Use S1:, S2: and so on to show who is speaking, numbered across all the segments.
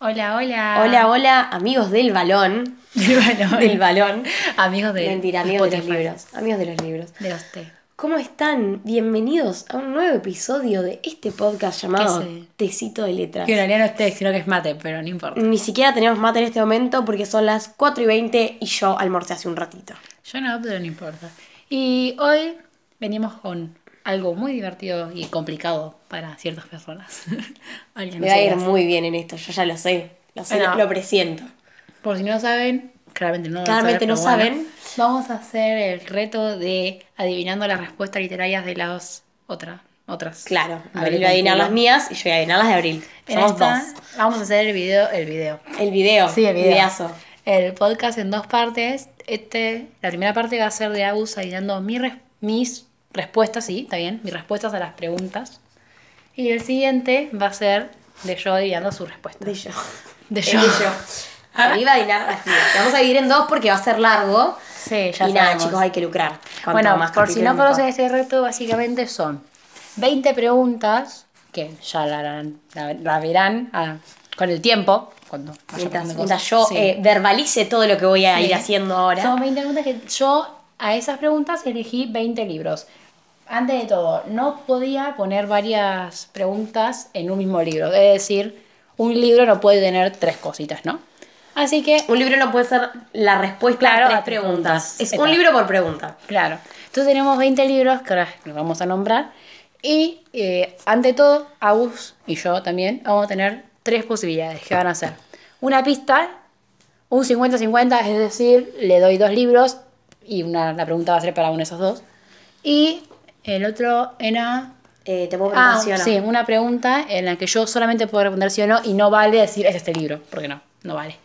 S1: Hola, hola.
S2: Hola, hola, amigos del balón.
S1: Del balón.
S2: Ah. Del balón.
S1: Amigos de
S2: Mentira, amigos de los
S1: Spotify.
S2: libros. Amigos de los libros.
S1: De los té.
S2: ¿Cómo están? Bienvenidos a un nuevo episodio de este podcast llamado
S1: sé?
S2: Tecito de Letras.
S1: Que en realidad no es té, sino que es mate, pero no importa.
S2: Ni siquiera tenemos mate en este momento porque son las 4 y 20 y yo almorcé hace un ratito.
S1: Yo no, pero no importa. Y hoy venimos con algo muy divertido y complicado para ciertas personas. Alguien,
S2: Me
S1: no
S2: va a
S1: sé
S2: ir
S1: qué
S2: muy bien en esto, yo ya lo sé. Lo sé,
S1: Bueno.
S2: lo presiento.
S1: hacer. Por si no saben, claramente no lo
S2: Claramente
S1: saben,
S2: no
S1: pero bueno.
S2: saben.
S1: Vamos a hacer el reto de adivinando las respuestas literarias de las otra, otras.
S2: Claro,
S1: Vale,
S2: Abril va a adivinar
S1: contigo.
S2: las mías y yo voy a adivinar las de Abril.
S1: En
S2: Somos
S1: esta
S2: dos.
S1: vamos a hacer el video, el video.
S2: El video.
S1: Sí, el video.
S2: Videazo.
S1: El podcast en dos partes. Este, la primera parte va a ser de Agus adivinando mi res- mis respuestas, sí, está bien, mis respuestas a las preguntas. Y el siguiente va a ser de yo adivinando su respuesta.
S2: De yo.
S1: De
S2: yo. Arriba y nada. así. Te Vamos a dividir en dos porque va a ser largo.
S1: Sí, ya
S2: y nada,
S1: sabemos.
S2: chicos, hay que lucrar. Cuanto
S1: Bueno,
S2: más
S1: por si
S2: capítulos,
S1: no
S2: mejor.
S1: conocen este reto, básicamente son 20 preguntas que ya la, harán- la- la verán ah, con el tiempo. Cuando vaya
S2: Mientras,
S1: pasando
S2: mientras
S1: cosas.
S2: yo
S1: Sí.
S2: eh, verbalice todo lo que voy a ir haciendo ahora.
S1: Son 20 preguntas que yo a esas preguntas elegí 20 libros. Antes de todo, no podía poner varias preguntas en un mismo libro. Es decir, un libro no puede tener tres cositas, ¿no? Así que,
S2: Un libro no puede ser la respuesta
S1: Claro,
S2: a tres
S1: a tres
S2: preguntas.
S1: preguntas.
S2: Es
S1: Está.
S2: un libro por pregunta.
S1: claro. Entonces tenemos 20 libros que ahora los vamos a nombrar. Y eh, ante todo, Agus y yo también vamos a tener tres posibilidades que van a ser una pista, un 50-50, es decir, le doy dos libros y una, la pregunta va a ser para uno de esos dos. Y el otro era...
S2: Eh, te puedo preguntar
S1: Ah,
S2: sí o no.
S1: sí, una pregunta en la que yo solamente puedo responder sí o no y no vale decir es este libro, porque no, no vale.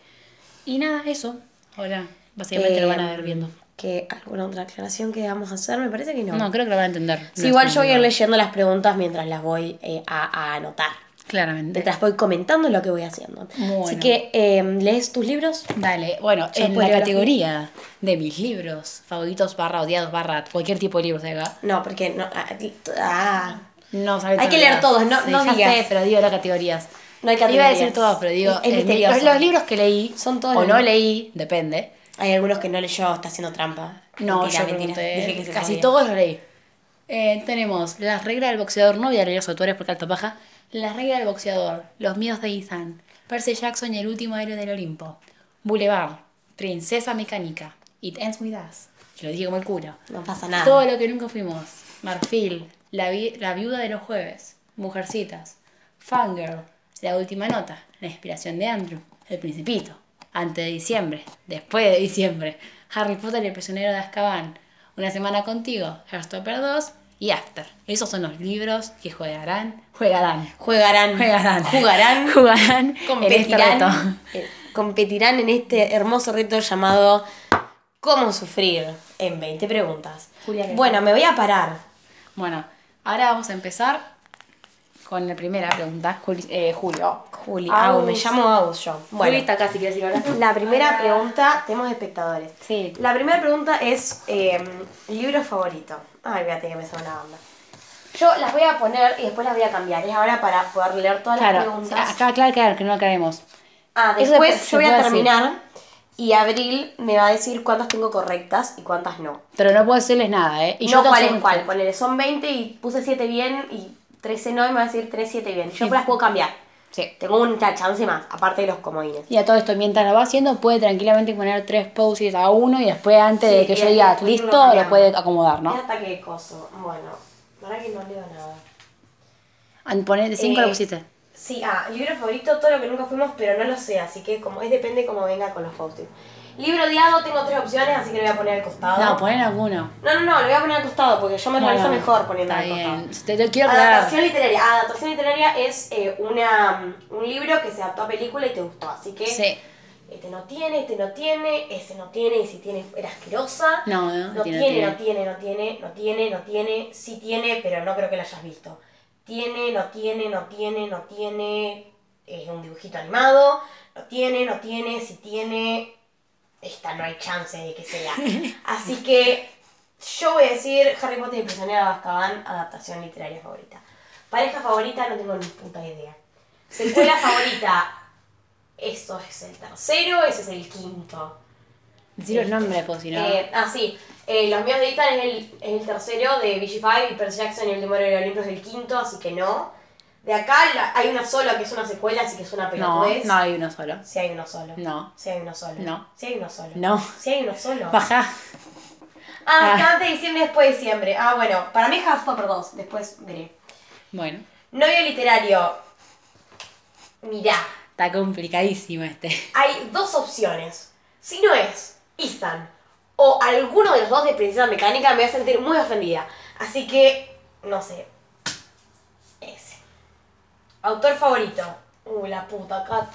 S1: Y nada, eso. Ahora, básicamente lo van a ver
S2: Eh,
S1: viendo.
S2: Que alguna otra aclaración que vamos a hacer, me parece que no.
S1: No, creo que lo van a entender.
S2: Sí,
S1: No
S2: igual
S1: es
S2: yo voy a ir
S1: complicado.
S2: leyendo las preguntas mientras las voy eh, a, a anotar.
S1: Claramente.
S2: Mientras voy comentando lo que voy haciendo.
S1: Bueno.
S2: Así que, eh, ¿lees tus libros?
S1: Dale, bueno,
S2: Yo
S1: en
S2: puedo
S1: la
S2: ir a los-
S1: categoría de mis libros favoritos barra odiados barra cualquier tipo de libros de acá.
S2: No, porque no. ah, ah.
S1: No, sabes
S2: Hay que leer todos, no- no
S1: ya
S2: digas.
S1: sé, pero digo las categorías.
S2: No hay
S1: Iba a
S2: categorías.
S1: decir todos, pero digo,
S2: Es
S1: eh,
S2: misterioso.
S1: los, los libros que leí
S2: Son todos
S1: o
S2: los
S1: no
S2: libros.
S1: leí, depende.
S2: Hay algunos que no leyó, está haciendo trampa.
S1: No,
S2: Mentira,
S1: yo
S2: mentira.
S1: pregunté,
S2: Dije que se
S1: casi
S2: sabía.
S1: todos los leí. Eh, tenemos las reglas del boxeador, no voy a leer los autores porque alto paja. Las reglas del boxeador, los miedos de Ethan, Percy Jackson y el último héroe del Olimpo, Boulevard, Princesa Mecánica, It Ends With Us, que lo dije como el culo.
S2: No pasa nada.
S1: Todo lo que nunca fuimos, Marfil, la, vi- la viuda de los jueves, Mujercitas, Fangirl, La última nota, La inspiración de Andrew, El Principito, Antes de diciembre, Después de diciembre, Harry Potter y el prisionero de Azkaban, Una semana contigo, Heartstopper 2 y After. Esos son los libros que jugarán, jugarán,
S2: Jugarán.
S1: jugarán, este
S2: Jugarán.
S1: jugarán, competirán.
S2: competirán, eh, competirán en este hermoso reto llamado ¿Cómo sufrir? En 20 preguntas.
S1: Julia, ¿qué
S2: bueno, me voy a parar.
S1: Bueno, ahora vamos a empezar con la primera pregunta, Juli- eh, Julio.
S2: Juli,
S1: Agus.
S2: Agus, me llamo Agus yo.
S1: Juli
S2: Bueno,
S1: está acá si quieres ir ahora.
S2: la primera pregunta, tenemos espectadores.
S1: Sí.
S2: La primera pregunta es eh, libro favorito. Ay, voy a tener que empezar una banda. Yo las voy a poner y después las voy a cambiar. Es ahora para poder leer todas las
S1: Claro, Ah,
S2: preguntas.
S1: acá, claro, claro, que no aclaremos.
S2: Ah,
S1: Eso
S2: después
S1: después se
S2: yo voy a
S1: puede
S2: terminar y Abril me va a decir cuántas tengo correctas y cuántas no.
S1: Pero no puedo decirles nada, ¿eh?
S2: Y no
S1: te
S2: cuál es
S1: asunto.
S2: cuál. Ponele, son 20 y puse 7 bien y 13 no y me va a decir 3, 7 bien. Yo
S1: Sí.
S2: las puedo cambiar.
S1: Sí.
S2: Tengo una chance más, aparte de los comodines.
S1: Y a todo esto, mientras lo va haciendo, puede tranquilamente poner tres pauses a uno y después, antes
S2: Sí,
S1: de que
S2: y
S1: yo
S2: ahí
S1: diga
S2: después lo
S1: listo,
S2: cambiamos.
S1: lo puede acomodar,
S2: Es
S1: ¿no?
S2: hasta qué coso. Bueno, para que no leo nada.
S1: An- Poner Ah, de cinco
S2: Eh,
S1: lo pusiste.
S2: Sí, ah, libro favorito, todo lo que nunca fuimos, pero no lo sé, así que como es depende cómo venga con los post Libro odiado, tengo tres opciones, así que lo voy a poner al costado.
S1: No, poner alguno.
S2: No, no, no, lo voy a poner al costado porque yo me
S1: Bueno,
S2: organizo mejor poniendo
S1: Está
S2: al costado.
S1: bien. Te, te quiero aclarar.
S2: Adaptación literaria. Adaptación literaria es eh, una, mm, un libro que se adaptó a película y te gustó. Así que
S1: Sí.
S2: este no tiene, este no tiene, ese no tiene, y si tiene era asquerosa.
S1: No, no,
S2: no,
S1: tiene,
S2: tiene,
S1: no
S2: no tiene, no tiene, no tiene, no tiene, sí tiene, pero no creo que la hayas visto. Tiene, no tiene, no tiene, no tiene, es un dibujito animado. No tiene, no tiene, si tiene, esta no hay chance de que sea. Así que yo voy a decir Harry Potter y el prisionero de Azkaban, adaptación literaria favorita. Pareja favorita, no tengo ni puta idea. Secuela favorita, Eso es el tercero, ese es el quinto.
S1: Decir los nombres, por si no.
S2: Eh, ah, sí. Eh, los míos de Ethan es el, es el tercero de BG5 y Percy Jackson y el demonio del Olimpo es el quinto, así que no. De acá la- hay una sola que es una secuela, así que es una
S1: no,
S2: pelotudez.
S1: no hay uno solo.
S2: Si hay uno solo.
S1: No.
S2: Si hay uno solo.
S1: No.
S2: Si hay uno solo.
S1: No.
S2: Si hay uno solo.
S1: Baja.
S2: Ah,
S1: Ah.
S2: está antes de diciembre, después de diciembre. Ah, bueno, para mí es Hufflepuff 2, después veré.
S1: Bueno,
S2: Novio literario. Mirá,
S1: está complicadísimo este.
S2: hay dos opciones. Si no es Ethan o alguno de los dos de Princesa Mecánica, me voy a sentir muy ofendida. Así que, no sé. Ese. Autor favorito. Uh, la puta, acá.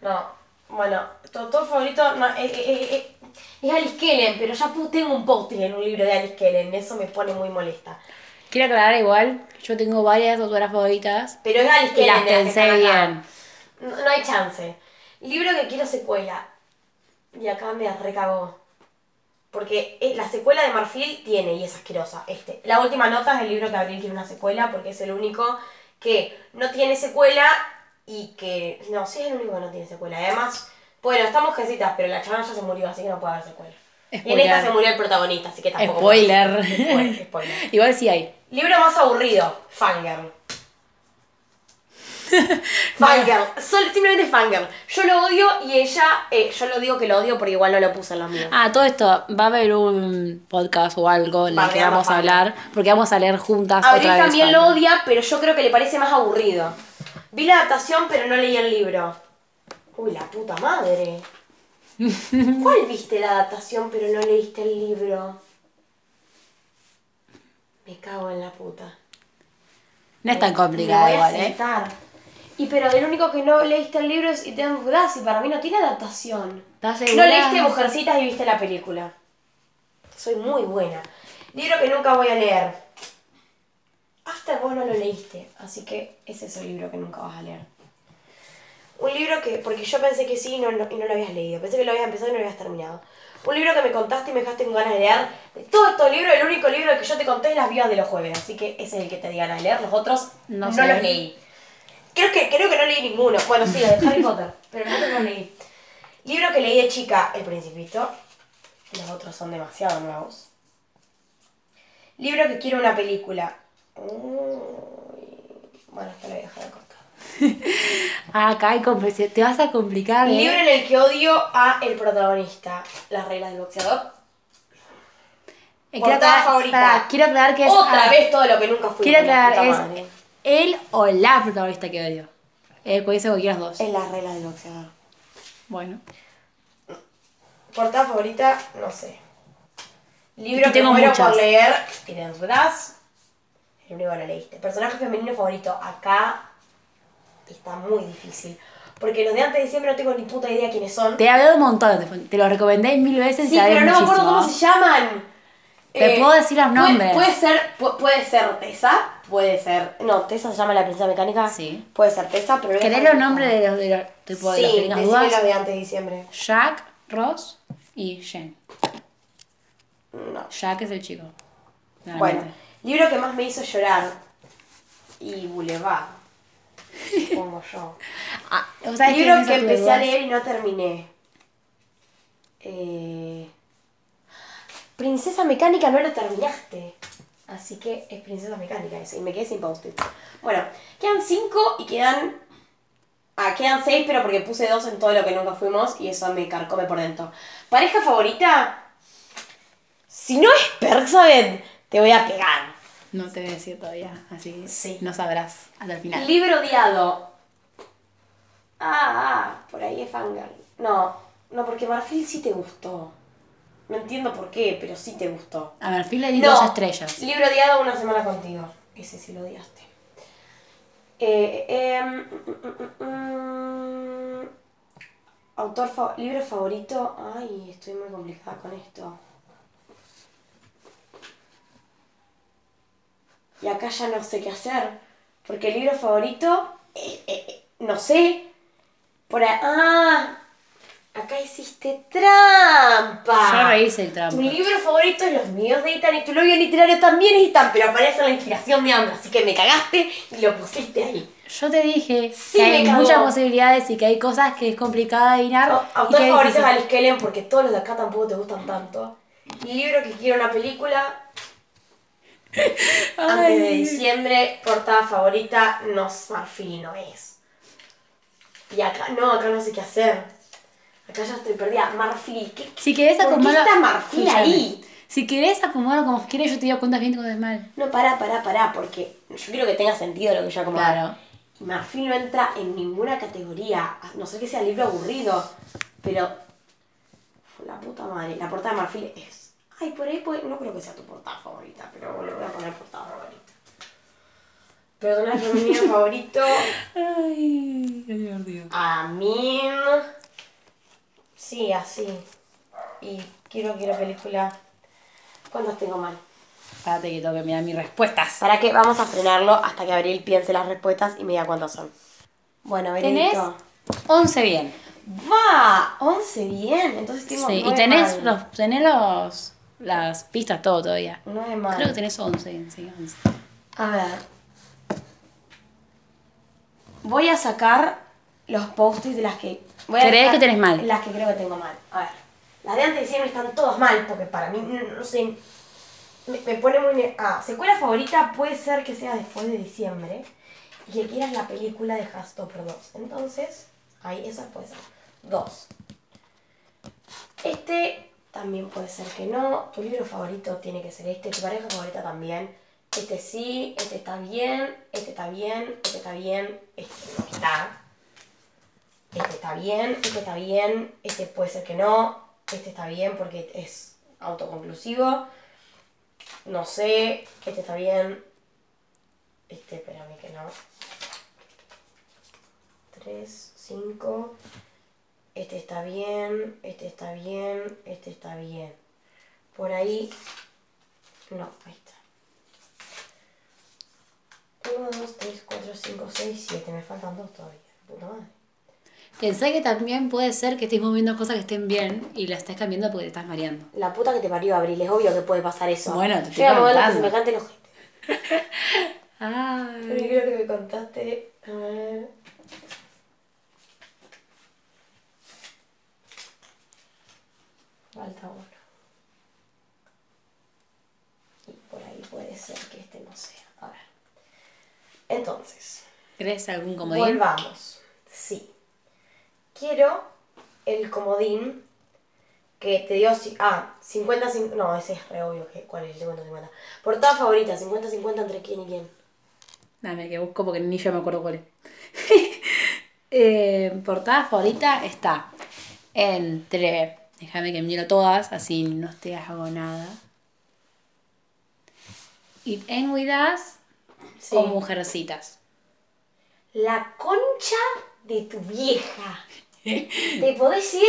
S2: No, bueno, tu autor favorito no, eh, eh, eh, eh, es Alice Kellen, pero ya pu- tengo un post en un libro de Alice Kellen, eso me pone muy molesta.
S1: Quiero aclarar igual, yo tengo varias autoras favoritas
S2: Pero es Alice
S1: y
S2: Kellen.
S1: las
S2: de que
S1: pensé
S2: están acá.
S1: bien.
S2: No, no hay chance. Libro que quiero secuela. Y acá me recagó. Porque eh, la secuela de Marfil tiene y es asquerosa. Este. La última nota es el libro que Abril quiere una secuela porque es el único que no tiene secuela y que. No, sí es el único que no tiene secuela. Además, bueno, están mojecitas, pero la chavana ya se murió, así que no puede haber secuela. Y en
S1: Spoiler.
S2: esta se murió el protagonista, así que tampoco.
S1: Spoiler.
S2: Spoiler, spoiler.
S1: Igual sí hay.
S2: Libro más aburrido, Fangirl. Fangirl, Sol- simplemente Fangirl. Yo lo odio y ella, eh, yo lo digo que lo odio porque igual no lo puse en los míos.
S1: Ah, todo esto, va a haber un podcast o algo en el que
S2: Bardeando
S1: vamos a
S2: Fangirl.
S1: hablar, porque vamos a leer juntas
S2: Abril
S1: Ah, otra vez.
S2: también lo
S1: Fangirl.
S2: odia, pero yo creo que le parece más aburrido. Vi la adaptación, pero no leí el libro. Uy, la puta madre. ¿Cuál viste la adaptación, pero no leíste el libro? Me cago en la puta.
S1: No es tan
S2: Me
S1: complicado
S2: voy a
S1: igual, ¿eh?
S2: sentar. Y pero el único que no leíste el libro es Ethan Blasi, para mí no tiene adaptación.
S1: ¿Estás
S2: No
S1: segura?
S2: leíste Mujercitas y viste la película. Soy muy buena. Libro que nunca voy a leer. Hasta vos no lo leíste, así que ese es el libro que nunca vas a leer. Un libro que, porque yo pensé que sí y no, no- y no lo habías leído. Pensé que lo habías empezado y no lo habías terminado. Un libro que me contaste y me dejaste con ganas de leer. De todos estos libros, el único libro que yo te conté es Las Vivas de los Jueves. Así que ese es el que te di ganas de leer. Los otros no,
S1: No sé.
S2: los leí. Creo que, creo que no leí ninguno. Bueno, sí, los de Harry Potter. Pero no los leí. Libro que leí de chica, El Principito. Los otros son demasiado nuevos. Libro que quiero una película. Uy. Bueno, esto lo voy a dejar de cortar.
S1: Ah, acá hay complicidad. Te vas a complicar, ¿eh?
S2: Libro en el que odio a el protagonista. Las reglas del boxeador.
S1: Eh,
S2: portada
S1: quiero aclarar-
S2: favorita.
S1: pará, quiero aclarar que es...
S2: Otra
S1: ah,
S2: vez todo lo que nunca fui.
S1: Quiero
S2: con la puta
S1: aclarar,
S2: madre.
S1: es él o la protagonista que odio. Eh, puede ser cualquiera de los dos.
S2: Es las reglas del boxeador.
S1: Bueno.
S2: Portada favorita, no sé. Libro que
S1: tengo
S2: muero por
S1: muchas.
S2: leer. Y de dudas. El único que no leíste. Personaje femenino favorito. Acá está muy difícil. Porque los de antes de diciembre no tengo ni puta idea quiénes son.
S1: Te he hablado un montón, te, te lo recomendé mil veces. y
S2: Sí,
S1: sabés
S2: pero no me acuerdo
S1: muchísimo.
S2: cómo se llaman. Eh,
S1: Te puedo decir los
S2: puede-
S1: nombres.
S2: Puede, ser, pu- puede ser Tessa, puede ser. No, Tessa se llama la princesa mecánica.
S1: Sí.
S2: Puede ser Tessa, pero.
S1: ¿Querés los nombres de los, de los, tipo, de los que
S2: Sí,
S1: tengas
S2: decime los
S1: dudas?
S2: de antes de diciembre.
S1: Jack, Ross y Jen.
S2: No.
S1: Jack es el chico.
S2: Bueno,
S1: claramente.
S2: libro que más me hizo llorar. Y Boulevard. Como yo.
S1: Ah, ¿vos sabés
S2: libro
S1: quién hizo
S2: que
S1: tu
S2: empecé a
S1: dudas?
S2: leer y no terminé. Eh, Princesa Mecánica no lo terminaste. Así que es Princesa Mecánica eso. Y me quedé sin post-it. Bueno, quedan cinco y quedan. Ah, quedan seis, pero porque puse dos en todo lo que nunca fuimos y eso me carcome por dentro. ¿Pareja favorita? Si no es Perksaben, te voy a pegar.
S1: No te voy a decir todavía, así que
S2: Sí.
S1: no sabrás hasta el final.
S2: Libro odiado. Ah, ah, por ahí es Fangirl. No, no, porque Marfil sí te gustó. No entiendo por qué, pero sí te gustó.
S1: A ver, Phil le di
S2: No,
S1: dos estrellas.
S2: Libro odiado, una semana contigo. Ese sí lo odiaste. Eh, em, mm, mm, mm, mm. autor fa- libro favorito. Ay, estoy muy complicada con esto. Y acá ya no sé qué hacer. Porque el libro favorito. eh, eh, eh, no sé. Por ahí. ¡Ah! Acá hiciste trampa.
S1: Yo no hice el trampa.
S2: Tu libro favorito es Los míos de Itan y tu novio literario también es Itan, pero aparece en la inspiración de ambos, así que me cagaste y lo pusiste ahí.
S1: Yo te dije
S2: Sí,
S1: que
S2: me
S1: hay
S2: cagó.
S1: muchas posibilidades y que hay cosas que es complicado adivinar.
S2: No,
S1: Ah, y que
S2: Autores
S1: es
S2: favoritos de
S1: difícil.
S2: Alice Kellen porque todos los de acá tampoco te gustan tanto. Libro que quiero una película antes de
S1: Ay.
S2: diciembre, portada favorita, no es marfil, no es. Y acá, no, acá no sé qué hacer. Acá ya estoy perdida. Marfil, ¿qué?
S1: Si querés
S2: ¿Por qué
S1: acomodarlo.
S2: está Marfil ahí?
S1: Escuchame. Si querés acomodarlo como quieres, yo te digo cuántas bien y cuántas mal.
S2: No, pará, pará, pará, porque yo quiero que tenga sentido lo que yo acomodé.
S1: Claro.
S2: Y Marfil no entra en ninguna categoría, a no sé que sea libro aburrido, pero. Uf, La puta madre, la portada de Marfil es. Ay, por ahí puede- no creo que sea tu portada favorita, pero bueno, voy a poner portada favorita. Personaje femenino favorito,
S1: Ay, qué divertido.
S2: a mí. Sí, así. Y quiero que la película. ¿Cuántas tengo mal?
S1: Espérate que tengo que mirar mis respuestas.
S2: ¿Para qué? Vamos a frenarlo hasta que Abril piense las respuestas y me diga cuántas son. Bueno,
S1: Tenés
S2: Benedicto.
S1: 11 bien.
S2: ¡Va! 11 bien. Entonces tengo
S1: Sí, y
S2: nueve
S1: tenés,
S2: mal.
S1: los, tenés los, las pistas todo todavía.
S2: Nueve mal.
S1: Creo que tenés 11. Sí, 11.
S2: A ver. Voy a sacar los post-its de las que... Voy a
S1: ¿Crees
S2: dejar
S1: que tenés mal?
S2: Las que creo que tengo mal. A ver. Las de antes de diciembre están todas mal porque para mí, no, no sé... Me, me pone muy... ne- Ah, secuela favorita puede ser que sea después de diciembre y que quieras la película de Hastopper 2. Entonces, ahí esa puede ser. Dos. Este también puede ser que no. Tu libro favorito tiene que ser este. Tu pareja favorita también. Este sí, este está bien, este está bien, este está bien, este no está. Este está bien, este está bien, este puede ser que no. Este está bien porque es autoconclusivo. No sé, este está bien. Este, espérame que no. 3, 5. Este está bien, este está bien, este está bien. Por ahí. No, ahí está. 1, 2, 3, 4, 5, 6, 7. Me faltan dos todavía. Puta madre.
S1: Pensé que también puede ser que estés moviendo cosas que estén bien y las estés cambiando porque te estás mareando.
S2: La puta que te parió, Abril. Es obvio que puede pasar eso.
S1: Bueno, te estoy
S2: Llega a mover
S1: contando.
S2: semejante los gente.
S1: Ay.
S2: Creo que me contaste. A ver. Falta uno. Y por ahí puede ser que este no sea. A ver. Entonces,
S1: ¿Crees algún comodín?
S2: volvamos. Sí. Quiero el comodín que te dio. ci- Ah, 50. cin- No, ese es re obvio. que- ¿Cuál es el 50-50? Portada favorita: 50-50 entre quién y quién.
S1: Dame que busco porque ni yo me acuerdo cuál es. Eh, portada favorita está entre. Déjame que miro todas, así no te hago nada. It Ain't With Us
S2: Sí.
S1: o Mujercitas.
S2: La concha de tu vieja. Te podés ir,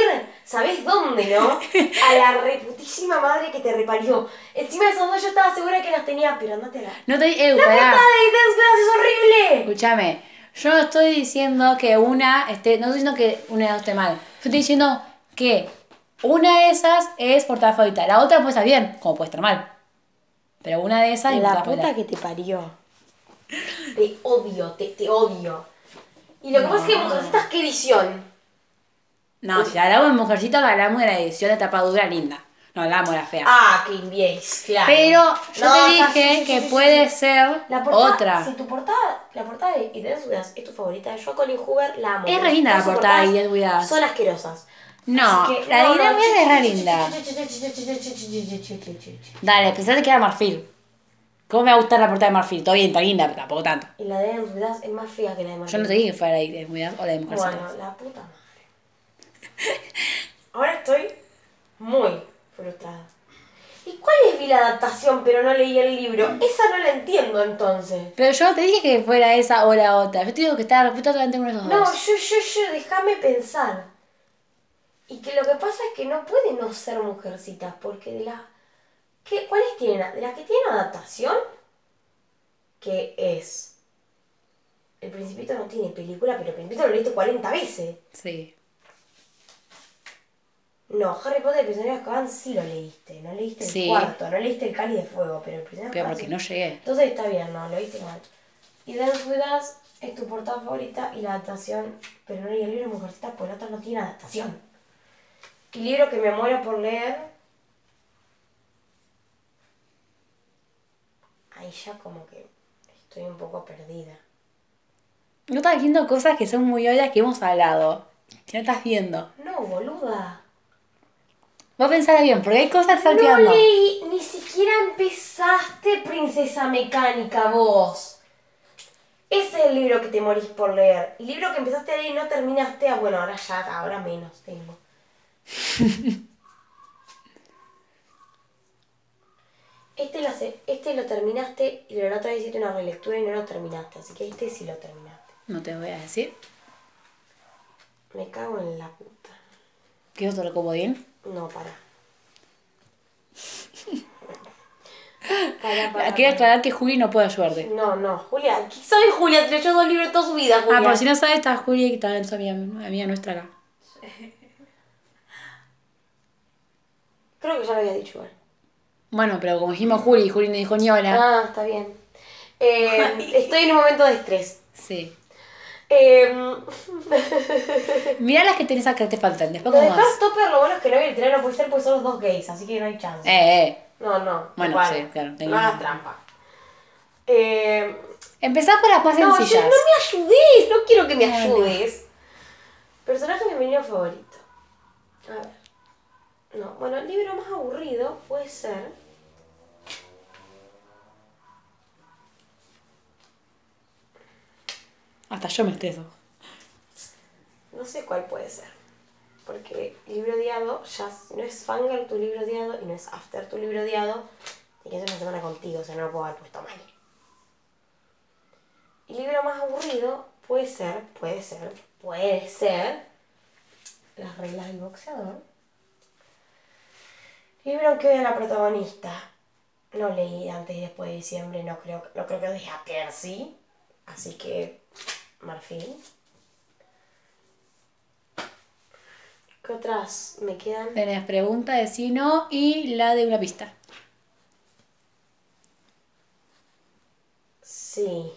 S2: ¿sabés dónde, no? A la reputísima madre que te reparió. Encima de esos dos yo estaba segura que las tenía, pero andate a la.
S1: No te. Eh,
S2: ¡La
S1: pará.
S2: puerta de Dance Class es horrible!
S1: Escúchame. Yo no estoy diciendo que una esté. No estoy diciendo que una esté mal. Yo estoy diciendo que una de esas es portada favorita. La otra puede estar bien, como puede estar mal. Pero una de esas es
S2: La
S1: portada favorita.
S2: puta que te parió. Te odio, te, te odio. Y lo que pasa es que Mujercitas, ¿qué edición?
S1: No, si hablamos de mujercitas, hablamos de la edición de tapa dura linda. No hablamos de la fea.
S2: Ah, que inviéis, claro.
S1: Pero yo
S2: No,
S1: te
S2: está- sí,
S1: dije
S2: sí, sí,
S1: que
S2: sí, sí.
S1: puede ser
S2: La portada,
S1: otra.
S2: Si tu portada, la portada de Ideas Cuidadas es tu favorita, yo a Colin Hoover la amo.
S1: Es re linda la
S2: Todas sus
S1: portada de
S2: portadas
S1: Ideas Cuidadas.
S2: Son asquerosas.
S1: No,
S2: Así que-
S1: la
S2: no,
S1: de Ida
S2: no,
S1: Mía
S2: chi,
S1: es re
S2: chi, chi,
S1: linda.
S2: chi, chi, chi, chi, chi, chi, chi, chi, chi, chi, chi.
S1: Dale, pensaste que era marfil. ¿Cómo me va a gustar la portada de marfil? Todo bien, está linda, pero tampoco tanto.
S2: Y la de Ideas Cuidadas es más fea que la de Marvel.
S1: Yo no te dije que fuera la de Cuidadas o la de mujercitas.
S2: Bueno, la puta madre. Ahora estoy muy frustrada. ¿Y cuál es vi la adaptación pero no leí el libro? Esa no la entiendo entonces.
S1: Pero yo no te dije que fuera esa o la otra. Yo te digo que estaba respuesta durante uno de esos
S2: No,
S1: dos.
S2: yo, yo, yo, déjame pensar. Y que lo que pasa es que no pueden no ser mujercitas, porque de las. ¿qué, ¿Cuáles tienen? a- De las que tienen adaptación, que es. El Principito no tiene película, pero el Principito lo he visto 40 veces.
S1: Sí.
S2: No, Harry Potter y el Prisionero de Azkaban sí lo leíste. No leíste el
S1: Sí.
S2: cuarto, no leíste el Cáliz de Fuego, pero el Prisionero de
S1: Pero
S2: Azkaban
S1: porque
S2: sí.
S1: no llegué.
S2: Entonces está bien, no, lo viste mal. Y Dance With Us Es tu portada favorita y la adaptación, pero no leí el libro de Mujercitas porque el otro no tiene adaptación. Y libro que me muero por leer. Ahí ya como que estoy un poco perdida.
S1: No estás viendo cosas que son muy obvias que hemos hablado. Que no estás viendo.
S2: No, boluda.
S1: Vos pensar bien, porque hay cosas que estás
S2: No
S1: olvidando.
S2: leí, ni siquiera empezaste Princesa Mecánica vos. Ese es el libro que te morís por leer. El libro que empezaste a leer y no terminaste, ah, bueno, ahora ya, ahora menos tengo. Este lo, hace- este lo terminaste y la otra vez hiciste una relectura y no lo terminaste, así que este sí lo terminaste.
S1: No te voy a decir.
S2: Me cago en la puta.
S1: ¿Qué otro comodín?
S2: No, para. Para,
S1: Quiero Ah, aclarar que Juli no puede ayudarte.
S2: No, no, Julia. ¿Qué sabe Julia? Te leyó dos libros toda su vida, Julia.
S1: Ah, por si no sabes, está Juli que está en su amiga, amiga nuestra acá.
S2: Creo que ya lo había dicho igual.
S1: Bueno, pero como dijimos Juli, Juli no dijo ni hola.
S2: Ah, está bien. Eh, estoy en un momento de estrés.
S1: Sí.
S2: Eh,
S1: Mirá las que tenés acá que te faltan, después
S2: lo de
S1: como más.
S2: Heartstopper, lo bueno es que no voy a literal, no puede ser porque son los dos gays, así que no hay chance.
S1: Eh, eh.
S2: No, no.
S1: Bueno,
S2: igual.
S1: sí, claro, tengo-
S2: No hagas trampa. Eh,
S1: Empezá por las más
S2: no, yo
S1: sencillas.
S2: no me ayudes, no quiero que me
S1: No, no.
S2: ayudes. Personaje femenino favorito. A ver. No, bueno, el libro más aburrido puede ser.
S1: Hasta yo me estreso.
S2: No sé cuál puede ser. Porque libro odiado, ya s- no es Fangirl tu libro odiado y no es After tu libro odiado. Y que es una semana contigo, o sea, no lo puedo haber puesto mal. Y libro más aburrido puede ser, puede ser, puede ser. Las reglas del boxeador. Libro que odia a la protagonista. No leí antes y después de diciembre, no creo, no creo que odie a Percy. Así que, marfil. ¿Qué otras me quedan?
S1: Tenés pregunta de si no y la de una pista.
S2: Sí.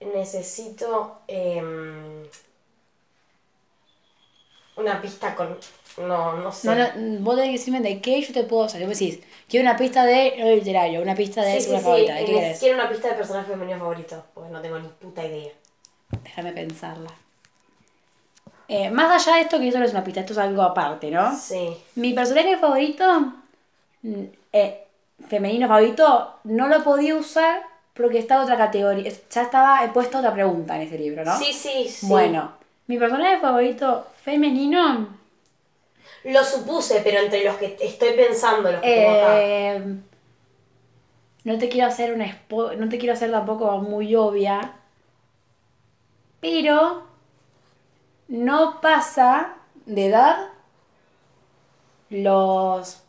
S2: Necesito em, una pista con... No, no sé.
S1: No, no, vos tenés que decirme de qué yo te puedo sacar. Vos decís, quiero una pista de lo literario, una pista de
S2: sí,
S1: eso,
S2: sí,
S1: una
S2: sí.
S1: favorita. ¿De qué
S2: eh,
S1: querés?
S2: Quiero una pista de personaje femenino favorito, porque no tengo ni puta idea. este.
S1: Déjame pensarla. Eh, más allá de esto, que esto no es una pista, esto es algo aparte, ¿no?
S2: Sí.
S1: Mi personaje favorito, mm, eh, femenino favorito, no lo podía usar porque estaba otra categoría. Ya estaba he puesto otra pregunta en ese libro, ¿no?
S2: Sí, sí, sí.
S1: Bueno, mi personaje favorito femenino.
S2: Lo supuse, pero entre los que estoy pensando, los que tengo acá.
S1: Eh, no te quiero hacer una spo- no te quiero hacer tampoco muy obvia, pero no pasa de edad los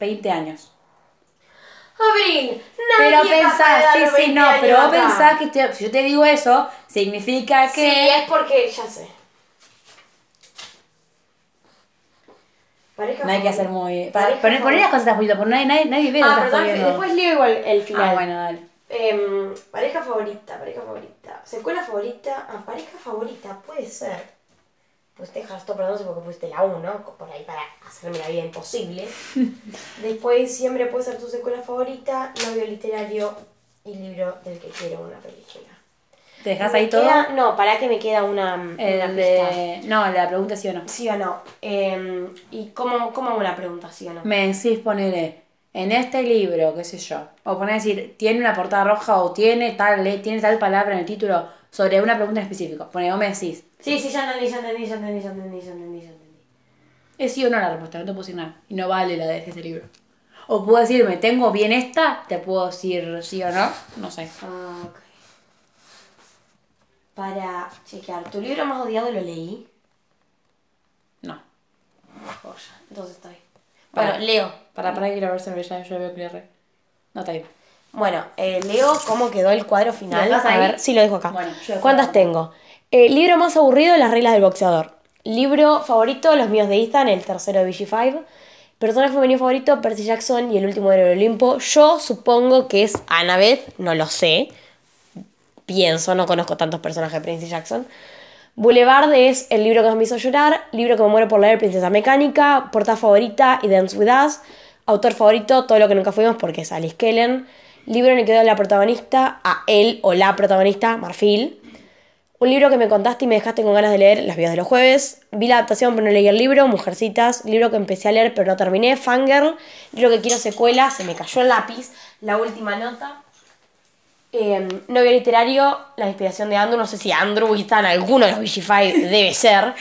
S1: 20 años.
S2: ¡Abril!
S1: Pero
S2: ¡Nadie
S1: pensás,
S2: pasa de
S1: sí,
S2: dar
S1: sí,
S2: 20
S1: no, pero
S2: años
S1: vos
S2: acá.
S1: pensás que te- si yo te digo eso, significa
S2: Sí,
S1: que...
S2: es porque, ya sé. Pareja
S1: No hay que
S2: favorita.
S1: hacer muy...
S2: Pareja
S1: Para, poner, poner las
S2: favorita.
S1: cosas un poquito, porque nadie, nadie, nadie ve lo que
S2: Ah,
S1: estás
S2: perdón,
S1: poniendo.
S2: después leo igual el final.
S1: Ah, bueno, dale.
S2: Em, pareja favorita, pareja favorita. Secuela favorita. Ah, pareja favorita, puede ser. Pusiste Hearthstone, pero no sé por qué pusiste la 1, por ahí para hacerme la vida imposible. Después siempre puede ser tu secuela favorita, novio literario y libro del que quiero una película.
S1: ¿Te dejas ahí
S2: Me
S1: todo?
S2: queda- no, para que me queda una, una
S1: El de... No, la pregunta es sí o no.
S2: Sí o no. Em, ¿Y cómo, cómo hago una pregunta, sí o no?
S1: Me decís ponerle en este libro, qué sé yo. O poner decir, tiene una portada roja o tiene tal, le- tiene tal palabra en el título sobre una pregunta en específico. Pone, vos me decís,
S2: Sí, sí, ya entendí, ya entendí, ya entendí, ya entendí, ya entendí, ya entendí.
S1: es sí o no la respuesta, no te puedo decir nada. Y no vale la de este libro. O puedo decirme, tengo bien esta, te puedo decir sí o no. No sé.
S2: Ah, ok. Para chequear, ¿tu libro más odiado lo leí?
S1: No.
S2: Joya, entonces estoy.
S1: Para.
S2: Bueno, leo.
S1: Para, para que quiero ver si ya yo veo que le re. No está bien.
S2: Bueno, eh, leo cómo quedó el cuadro final.
S1: ¿Lo dejas
S2: A
S1: ahí?
S2: ver, sí lo dejo acá.
S1: Bueno, yo dejo
S2: ¿Cuántas
S1: acá.
S2: tengo? Eh, libro más aburrido, Las reglas del boxeador. Libro favorito, Los míos de Ethan, el tercero de BG5. Personaje femenino favorito, Percy Jackson y el último héroe del Olimpo. Yo supongo que es Annabeth, no lo sé. pienso, no conozco tantos personajes de Percy Jackson. Boulevard es el libro que más me hizo llorar, libro que me muero por leer, Princesa Mecánica, Portada Favorita y Dance With Us, autor favorito, Todo lo que nunca fuimos porque es Alice Kellen, libro en el que doy a la protagonista, a él o la protagonista, Marfil, un libro que me contaste y me dejaste con ganas de leer, Las vidas de los jueves. Vi la adaptación pero no leí el libro, Mujercitas, libro que empecé a leer pero no terminé, Fangirl, libro que quiero secuela, se me cayó el lápiz, la última nota. Eh, novio literario, la inspiración de Andrew, no sé si Andrew está en alguno de los Vigify, debe ser.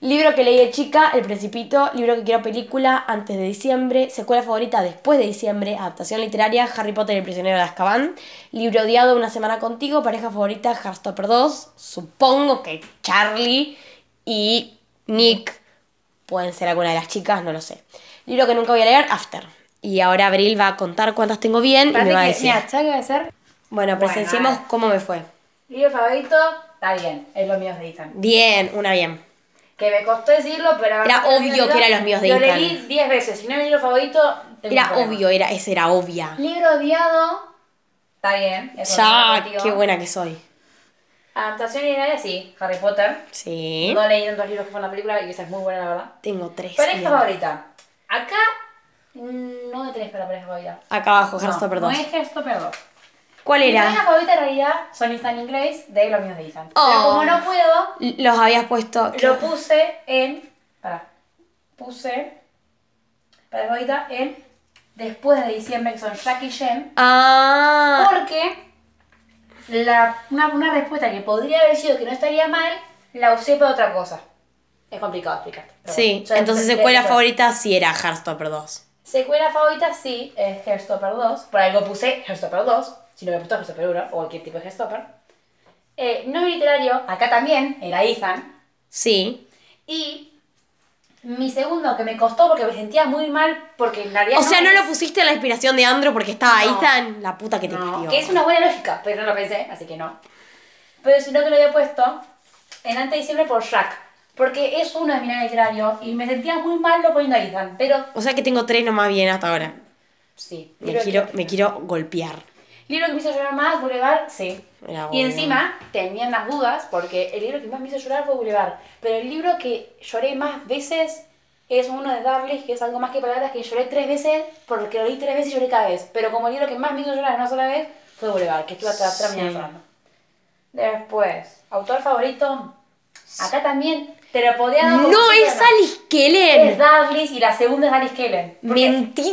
S2: Libro que leí de chica, El Principito, libro que quiero película antes de diciembre, secuela favorita después de diciembre, adaptación literaria, Harry Potter y el prisionero de Azkaban, libro odiado, Una semana contigo, pareja favorita, Heartstopper 2, supongo que Charlie y Nick pueden ser alguna de las chicas, no lo sé. Libro que nunca voy a leer, After. Y ahora Abril va a contar cuántas tengo bien y me
S1: Parece
S2: va a
S1: que,
S2: decir.
S1: mira, ¿sabes qué voy a hacer?
S2: Bueno, presenciemos
S1: Bueno,
S2: cómo me fue.
S1: Libro favorito, está bien, es los míos de Ethan.
S2: Bien, una bien.
S1: Que me costó decirlo, pero...
S2: Era obvio que eran los míos de
S1: Lo
S2: Ethan.
S1: leí 10 veces, si no es mi libro favorito... tengo un
S2: Era
S1: problema.
S2: obvio, era, ese era obvia.
S1: Libro odiado, está bien. eso no lo
S2: Ya,
S1: digo.
S2: qué buena que soy.
S1: Adaptación literaria, sí, Harry Potter.
S2: Sí.
S1: No leí tantos libros que fue en la película y esa es muy buena, la verdad.
S2: Tengo tres.
S1: Pareja
S2: bien.
S1: favorita. Acá mm, no me tenés para pareja favorita.
S2: Acá abajo,
S1: No,
S2: Heartstopper
S1: No
S2: 2.
S1: es Heartstopper 2.
S2: ¿Cuál
S1: Mi pareja
S2: era?
S1: favorita en realidad son Ethan y Grace de los míos de Ethan. Pero
S2: Oh.
S1: como no puedo,
S2: L- Los habías puesto.
S1: lo puse en. Pará. Puse. Pareja favorita en. Después de diciembre, que son Jack y Jen.
S2: Ah.
S1: Porque la, una, una respuesta que podría haber sido que no estaría mal, la usé para otra cosa. Es complicado explicarte. pero
S2: Sí,
S1: bueno, ya
S2: entonces
S1: entendí
S2: secuela
S1: después.
S2: favorita sí era Heartstopper 2.
S1: Secuela favorita sí es Heartstopper 2. Por algo puse Heartstopper 2. Si no me gustó Heartstopper 1 o cualquier tipo de Heartstopper. Eh, no literario, acá también era Ethan.
S2: Sí.
S1: Y mi segundo que me costó porque me sentía muy mal porque en realidad.
S2: O sea, no
S1: es-
S2: lo pusiste en la inspiración de Andro porque estaba ahí
S1: No.
S2: tan la puta que te
S1: No,
S2: parió.
S1: que es una buena lógica, pero no lo pensé, así que no. Pero si no que lo había puesto en antes de diciembre por Jack. Porque es uno de mis literarios y me sentía muy mal lo poniendo a Ethan. Pero
S2: O sea que tengo tres nomás bien hasta ahora.
S1: sí.
S2: Me
S1: libro que-
S2: quiero, me quiero golpear.
S1: Libro que me hizo llorar más, Boulevard, sí.
S2: Era
S1: y
S2: obvio.
S1: encima tenía unas dudas porque el libro que más me hizo llorar fue Boulevard. Pero el libro que lloré más veces es uno de Darlis, que es algo más que palabras, que lloré tres veces porque lo leí tres veces y lloré cada vez. Pero como el libro que más me hizo llorar una sola vez fue Boulevard, que estuve hasta terminar
S2: Sí.
S1: llorando. Después, autor favorito. Acá también te lo podía dar como
S2: No
S1: si
S2: es
S1: fuera-
S2: Alice
S1: Es
S2: Kellen.
S1: Darlis y la segunda es Alice Kellen. Porque-
S2: Mentira.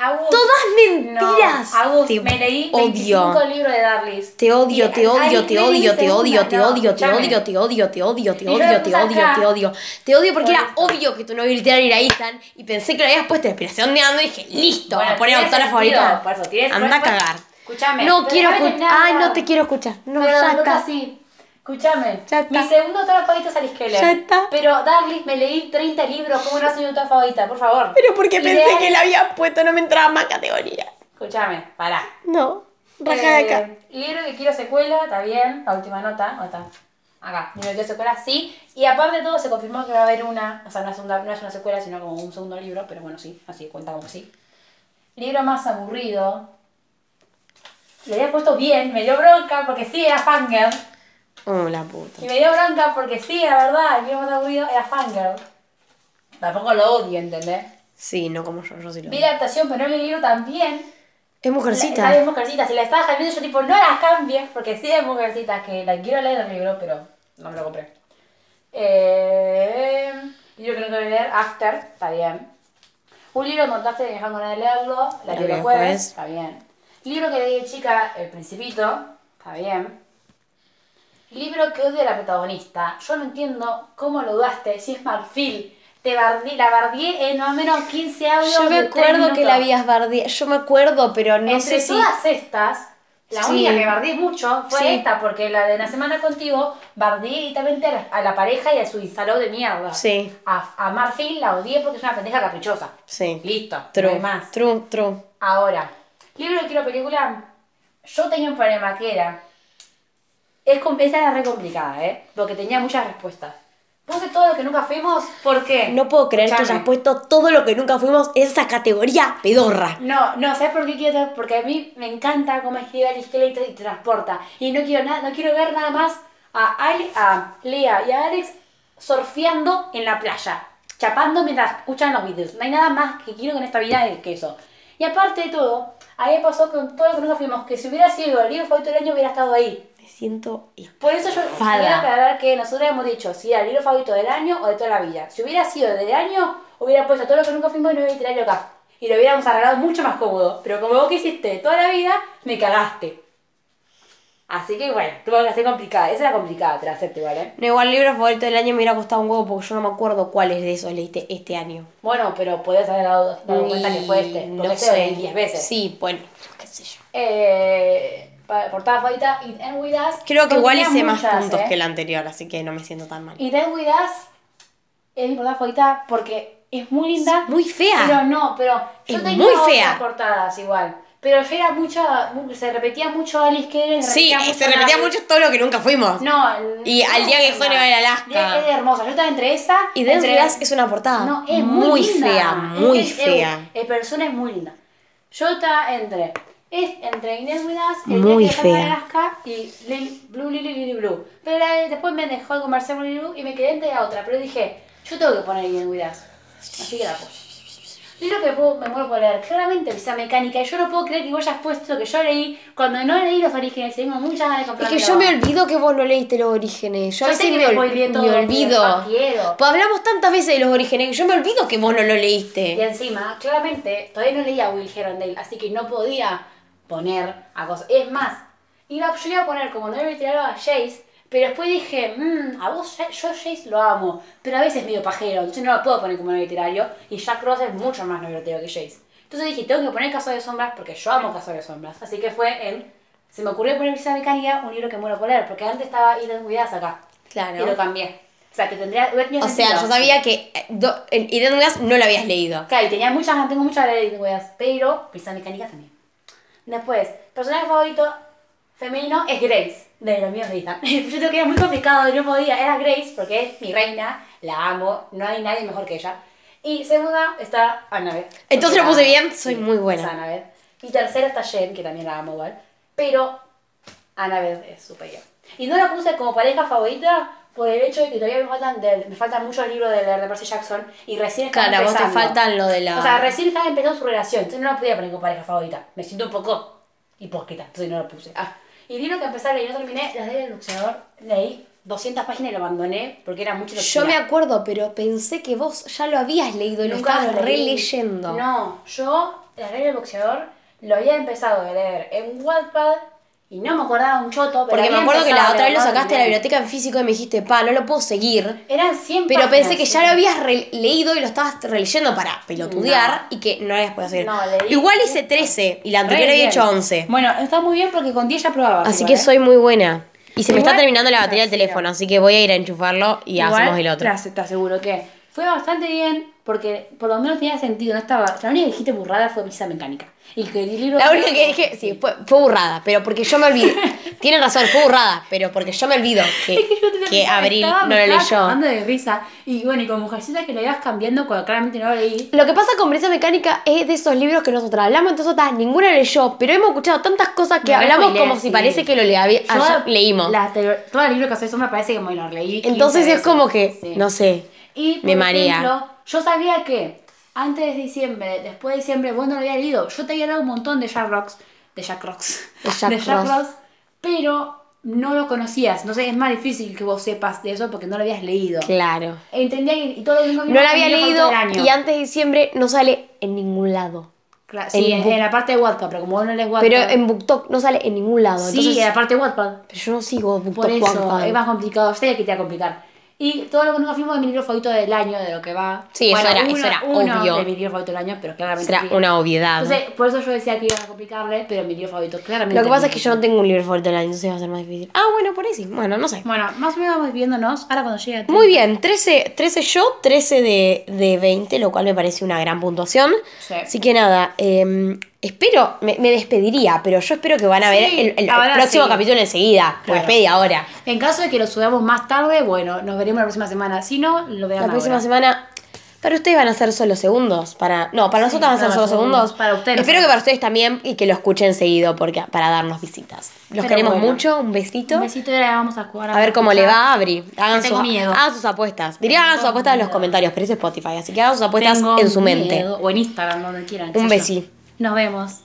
S1: Agus,
S2: Todas mentiras.
S1: No, Agus,
S2: Te
S1: me leí
S2: odio.
S1: 25 libros de Darlis.
S2: Te odio, te odio,
S1: Ay,
S2: te
S1: me
S2: odio, te
S1: dice
S2: odio,
S1: una,
S2: te
S1: no,
S2: odio, te
S1: escúchame.
S2: odio, te odio, te odio, te
S1: Y yo
S2: odio,
S1: lo
S2: te
S1: puse
S2: odio,
S1: acá.
S2: te odio. Te odio porque
S1: Por
S2: era obvio que tu novio literario era Ethan y pensé que lo habías puesto en inspiración de Ando y dije, listo,
S1: Bueno,
S2: a poner
S1: tiene
S2: autora
S1: sentido,
S2: favorita.
S1: por eso, tiene-
S2: Anda a
S1: por eso-
S2: cagar.
S1: Escúchame.
S2: No
S1: pero
S2: quiero
S1: no vale
S2: escuchar.
S1: nada.
S2: Ay, no te quiero escuchar. No,
S1: Pero
S2: ya
S1: Lucas,
S2: está.
S1: sí. Escúchame.
S2: Ya está.
S1: Mi segundo autor favorito es Alice Keller.
S2: Ya está.
S1: Pero Darlis, me leí 30 libros. ¿Cómo no soy mi autor favorita? Por favor.
S2: Pero porque
S1: Y
S2: pensé
S1: de-
S2: que la habías puesto, no me entraba más categoría.
S1: Escúchame, pará.
S2: No, raja de acá.
S1: Eh, Libro que quiero secuela, está bien. La última nota, ¿dónde está? Acá, libro que quiero secuela, sí. Y aparte de todo, se confirmó que va a haber una, o sea, una segunda, no es una secuela, sino como un segundo libro, pero bueno, sí, así cuenta como que sí. Libro más aburrido. Lo había puesto bien, me dio bronca porque sí era Fangirl.
S2: Oh, la puta.
S1: Y me dio bronca porque sí, la verdad, el libro más aburrido era Fangirl. Tampoco lo odio, ¿entendés?
S2: Sí, no como yo, yo sí lo
S1: Vi la adaptación, pero no leí el libro también.
S2: Es
S1: La,
S2: mujercita.
S1: la mujercita, si la estabas cambiando, yo tipo, no la cambies, porque sí es mujercita, que la quiero leer el libro, pero no me lo compré. Eh, libro que no quiero leer, After, está bien. Un libro que contaste que me dejaron ganas de leerlo, la
S2: La
S1: quiero
S2: vi
S1: el jueves,
S2: después.
S1: está bien. Libro que leí de chica, El Principito, está bien. Libro que odia a la protagonista. Yo no entiendo cómo lo dudaste, si es marfil. Te bardí, la bardié en más o menos 15 audios.
S2: Yo me
S1: de tres
S2: acuerdo que
S1: minutos.
S2: la habías bardeado. Yo me acuerdo, pero no
S1: Entre
S2: sé si.
S1: todas estas, la
S2: Sí.
S1: única que bardeé mucho fue
S2: Sí.
S1: esta, porque la de una semana contigo bardeé directamente a la, a la pareja y a su instaló de mierda.
S2: Sí.
S1: A, a Marfil la odié porque es una pendeja caprichosa.
S2: Sí.
S1: Listo, no hay
S2: True,
S1: más.
S2: true, true.
S1: Ahora, libro que quiero película, yo tenía un problema que era. Es, com- esa era re complicada, ¿eh? Porque tenía muchas respuestas.
S3: Puse todo lo que nunca fuimos.
S1: ¿Por qué?
S2: No puedo creer que
S1: Escuchame.
S2: hayas puesto todo lo que nunca fuimos en esa categoría pedorra.
S1: No, no, ¿sabes por qué quiero? tra- Porque a mí me encanta cómo escribe Alice Kelly y te- y te transporta. Y no quiero nada, no quiero ver nada más a, Ale- a Lea y a Alex surfeando en la playa, chapando mientras escuchan los videos. No hay nada más que quiero con esta vida que eso. Y aparte de todo, ahí pasó con todo lo que nosotros fuimos, que si hubiera sido el libro favorito del año hubiera estado ahí.
S2: Me siento...
S1: Por eso yo
S2: Fada.
S1: quiero aclarar que nosotros habíamos dicho si era el libro favorito del año o de toda la vida. Si hubiera sido del año, hubiera puesto todo lo que nunca fuimos y no hubiera traído acá. Y lo hubiéramos arreglado mucho más cómodo. Pero como vos que hiciste de toda la vida, me cagaste. Así que bueno, tuvo que hacer complicada. Esa era complicada, te la acepto igual, ¿eh?
S2: No, igual libro favorito del año me hubiera costado un huevo porque yo no me acuerdo cuáles de esos leíste este año.
S1: Bueno, pero podías haber dado, dado cuenta que fue este.
S2: Y
S1: Porque este lo leí 10 veces.
S2: Sí, bueno, qué sé yo.
S1: Eh, pa- portada favorita, It End With Us.
S2: Creo que
S1: No
S2: igual
S1: tenía
S2: hice más
S1: muchas,
S2: puntos
S1: ¿eh?
S2: que el anterior, así que no me siento tan mal.
S1: Y Dead With Us es mi portada favorita porque es muy linda.
S2: Muy fea.
S1: Pero no, pero yo
S2: Es
S1: tenía
S2: muy
S1: otras
S2: fea.
S1: portadas igual. Pero yo era mucha, mu- se repetía mucho Alice Keller.
S2: Sí, se repetía mucho todo lo que nunca fuimos.
S1: No,
S2: Y al día que fue
S1: no
S2: Nueva en Alaska.
S1: Es hermosa. Yo estaba entre esa.
S2: Y Dance
S1: entre-
S2: with Us es una portada
S1: No, es muy,
S2: Ah, muy,
S1: linda.
S2: fea,
S1: Es
S2: muy
S1: que es-
S2: fea.
S1: eh, persona es muy linda. Yo estaba entre. Es entre Inés Midas, el
S2: Muy
S1: día que fue
S2: fea.
S1: Alaska y Lil- Blue Lily Lily Blue. Pero la- después me dejó de comerse Blue Lily Blue y me quedé entre la otra. Pero dije, yo tengo que poner Inés Midas. Así que la puse. Libro que puedo- me muero por leer, claramente Pisa Mecánica, y yo no puedo creer que vos hayas puesto lo que yo leí cuando no leí los orígenes, tengo muchas ganas de
S2: Es
S1: comprarlo.
S2: que yo me olvido que vos no leíste los orígenes. Yo,
S1: Yo
S2: a
S1: sé
S2: veces
S1: que
S2: me,
S1: me
S2: ol-
S1: voy viendo
S2: me
S1: los
S2: olvido.
S1: videos, quiero.
S2: Pues hablamos tantas veces de los orígenes que yo me olvido que vos no lo
S1: Y
S2: leíste.
S1: encima, claramente, todavía no leía a Will Herondale, así que no podía poner a cosas. Es más, iba, yo iba a poner como no literario a Jace, pero después dije, "Mm, a vos, Ja- yo Jace lo amo, pero a veces es medio pajero, entonces no lo puedo poner como no literario, y Jack Ross es mucho más no literario que Jace. Entonces dije, tengo que poner Caso de Sombras porque yo amo Caso de Sombras. Así que fue en. Se me ocurrió poner Pisa Mecánica, un libro que muero por leer, porque antes estaba Eden Cuidas acá.
S2: Claro.
S1: Y lo cambié. O sea, que tendría. hubiera tenido
S2: Ah, O sea,
S1: sentido.
S2: yo sabía que eh, do, en Eden Dugas no lo habías leído.
S1: Claro, y tenía muchas ganas, tengo muchas ganas de weas, pero pizza mecánica también. Después, personaje favorito femenino es Grace, de los míos de Ethan. Yo creo que era muy complicado, yo no podía, era Grace porque es mi reina, la amo, no hay nadie mejor que ella. Y segunda está Annabeth. Porque
S2: Entonces lo puse
S1: la-
S2: bien, soy muy buena.
S1: es Annabeth. Y tercera está Jen, que también la amo igual, pero Annabeth es superior. Y no la puse como pareja favorita por el hecho de que todavía me faltan, del- me faltan muchos libros de leer de Percy Jackson y recién están
S2: Claro, a vos te
S1: empezando.
S2: faltan lo de la.
S1: O sea, recién estaba empezando su relación, entonces no la podía poner como pareja favorita. Me siento un poco hipócrita, entonces no la puse. Ah. Y libro que empecé a leer y no terminé, las del boxeador, leí 200 páginas y lo abandoné porque era mucho lo que
S2: yo me
S1: tenía.
S2: acuerdo, pero pensé que vos ya lo habías leído y lo
S1: Nunca
S2: estabas
S1: las leí.
S2: releyendo.
S1: No, yo las del boxeador lo había empezado a leer en Wattpad y no me acordaba un choto. Pero
S2: Porque me
S1: había
S2: acuerdo que la
S1: empezado a
S2: otra vez lo
S1: leerlo
S2: sacaste de la
S1: también.
S2: biblioteca en físico y me dijiste, pa, no lo puedo seguir.
S1: Eran 100
S2: Pero
S1: páginas,
S2: pensé que
S1: sí.
S2: ya lo habías re- leído y lo estabas releyendo para pelotudear
S1: No.
S2: y que no lo habías podido seguir.
S1: No, leí-
S2: Igual hice 13 y la
S1: Re
S2: anterior había
S1: bien.
S2: hecho 11.
S1: Bueno, está muy bien porque con 10 ya probaba.
S2: Así
S1: igual,
S2: que
S1: ¿eh?
S2: soy muy buena. Y se me está
S1: Igual-
S2: terminando la batería del
S1: Gracias.
S2: teléfono, así que voy a ir a enchufarlo y
S1: Igual,
S2: hacemos el otro.
S1: Te, te aseguro que fue bastante bien porque por lo menos tenía sentido. No estaba, la única que dijiste burrada fue pizza mecánica. Y que el libro.
S2: La única que dije, sí, fue, fue burrada, pero porque yo me olvidé. Tienen razón, fue burrada, pero porque yo me olvido que, que Abril no lo leyó.
S1: Ando de risa. Y bueno, y con mujercita que la ibas cambiando cuando claramente no la leí.
S2: Lo que pasa con Brisa Mecánica es de esos libros que nosotros hablamos, entonces otras ninguna leyó, pero hemos escuchado tantas cosas que
S1: Me
S2: hablamos
S1: spoileé,
S2: como si
S1: sí.
S2: parece que lo lea- ayer
S1: Yo
S2: leímos.
S1: La, teor- todo el libro que hace eso me parece que me lo leí. 15
S2: Entonces es
S1: veces.
S2: como que,
S1: Sí.
S2: no sé.
S1: Y por
S2: Me marea.
S1: ejemplo, yo sabía que antes de diciembre, después de diciembre, vos no lo habías leído. Yo te había dado un montón de Jack Rocks. De Jack Rocks.
S2: De Jack Ross.
S1: Pero no lo conocías. Entonces es más difícil que vos sepas de eso porque no lo habías leído.
S2: Claro.
S1: Entendía que- y todo lo mismo
S2: No lo había leído y antes de diciembre no sale en ningún lado.
S1: Sí,
S2: en
S1: en,
S2: bu-
S1: en la parte de Wattpad, pero como vos no lees Wattpad.
S2: Pero en BookTok no sale en ningún lado.
S1: Sí,
S2: entonces-
S1: en la parte de Wattpad.
S2: pero yo no sigo BookTok.
S1: Por eso,
S2: Wattpad.
S1: es más complicado. Yo sabía que te iba a complicar. Y todo lo que nunca fuimos de mi libro favorito del año, de lo que va.
S2: Sí, eso era- eso era
S1: uno
S2: obvio.
S1: de mi libro favorito del año, pero claramente.
S2: Será
S1: sí.
S2: una obviedad.
S1: Entonces, por eso yo decía que iba a complicarle, pero mi libro favorito claramente.
S2: Lo que pasa
S1: es
S2: es que yo no tengo un libro favorito del año, entonces va a ser más difícil. Ah, bueno, por ahí sí. Bueno, no sé.
S1: Bueno, más o menos vamos viéndonos. Ahora cuando llegue.
S2: Muy bien, 13, 13 yo, 13 de, de 20, lo cual me parece una gran puntuación.
S1: Sí.
S2: Así que nada, eh, Espero, me, me despediría, pero yo espero que van a ver
S1: Sí,
S2: el, el- el
S1: ahora
S2: próximo
S1: sí.
S2: capítulo enseguida. Lo
S1: Claro.
S2: despedí ahora.
S1: En caso de que lo subamos más tarde, bueno, nos veremos la próxima semana. Si no, lo vean
S2: La próxima
S1: ahora.
S2: semana. Para ustedes van a ser solo segundos. Para, no, para nosotros van a ser
S1: para
S2: solo
S1: segundos.
S2: segundos.
S1: Para ustedes.
S2: Espero que para ustedes también y que lo escuchen seguido porque, para darnos visitas. Los
S1: Pero
S2: queremos
S1: bueno.
S2: mucho. Un besito.
S1: Un besito y ahora vamos a jugar.
S2: A ver cómo le va a Abri. Hagan,
S1: Tengo
S2: sus,
S1: miedo.
S2: hagan sus apuestas. Diría hagan sus
S1: Tengo
S2: apuestas en los
S1: miedo.
S2: comentarios, pero es Spotify, así que hagan sus apuestas
S1: Tengo
S2: pues en su
S1: miedo.
S2: mente.
S1: O en Instagram, donde quieran. qué
S2: Un
S1: sé yo.
S2: besi.
S1: Nos vemos.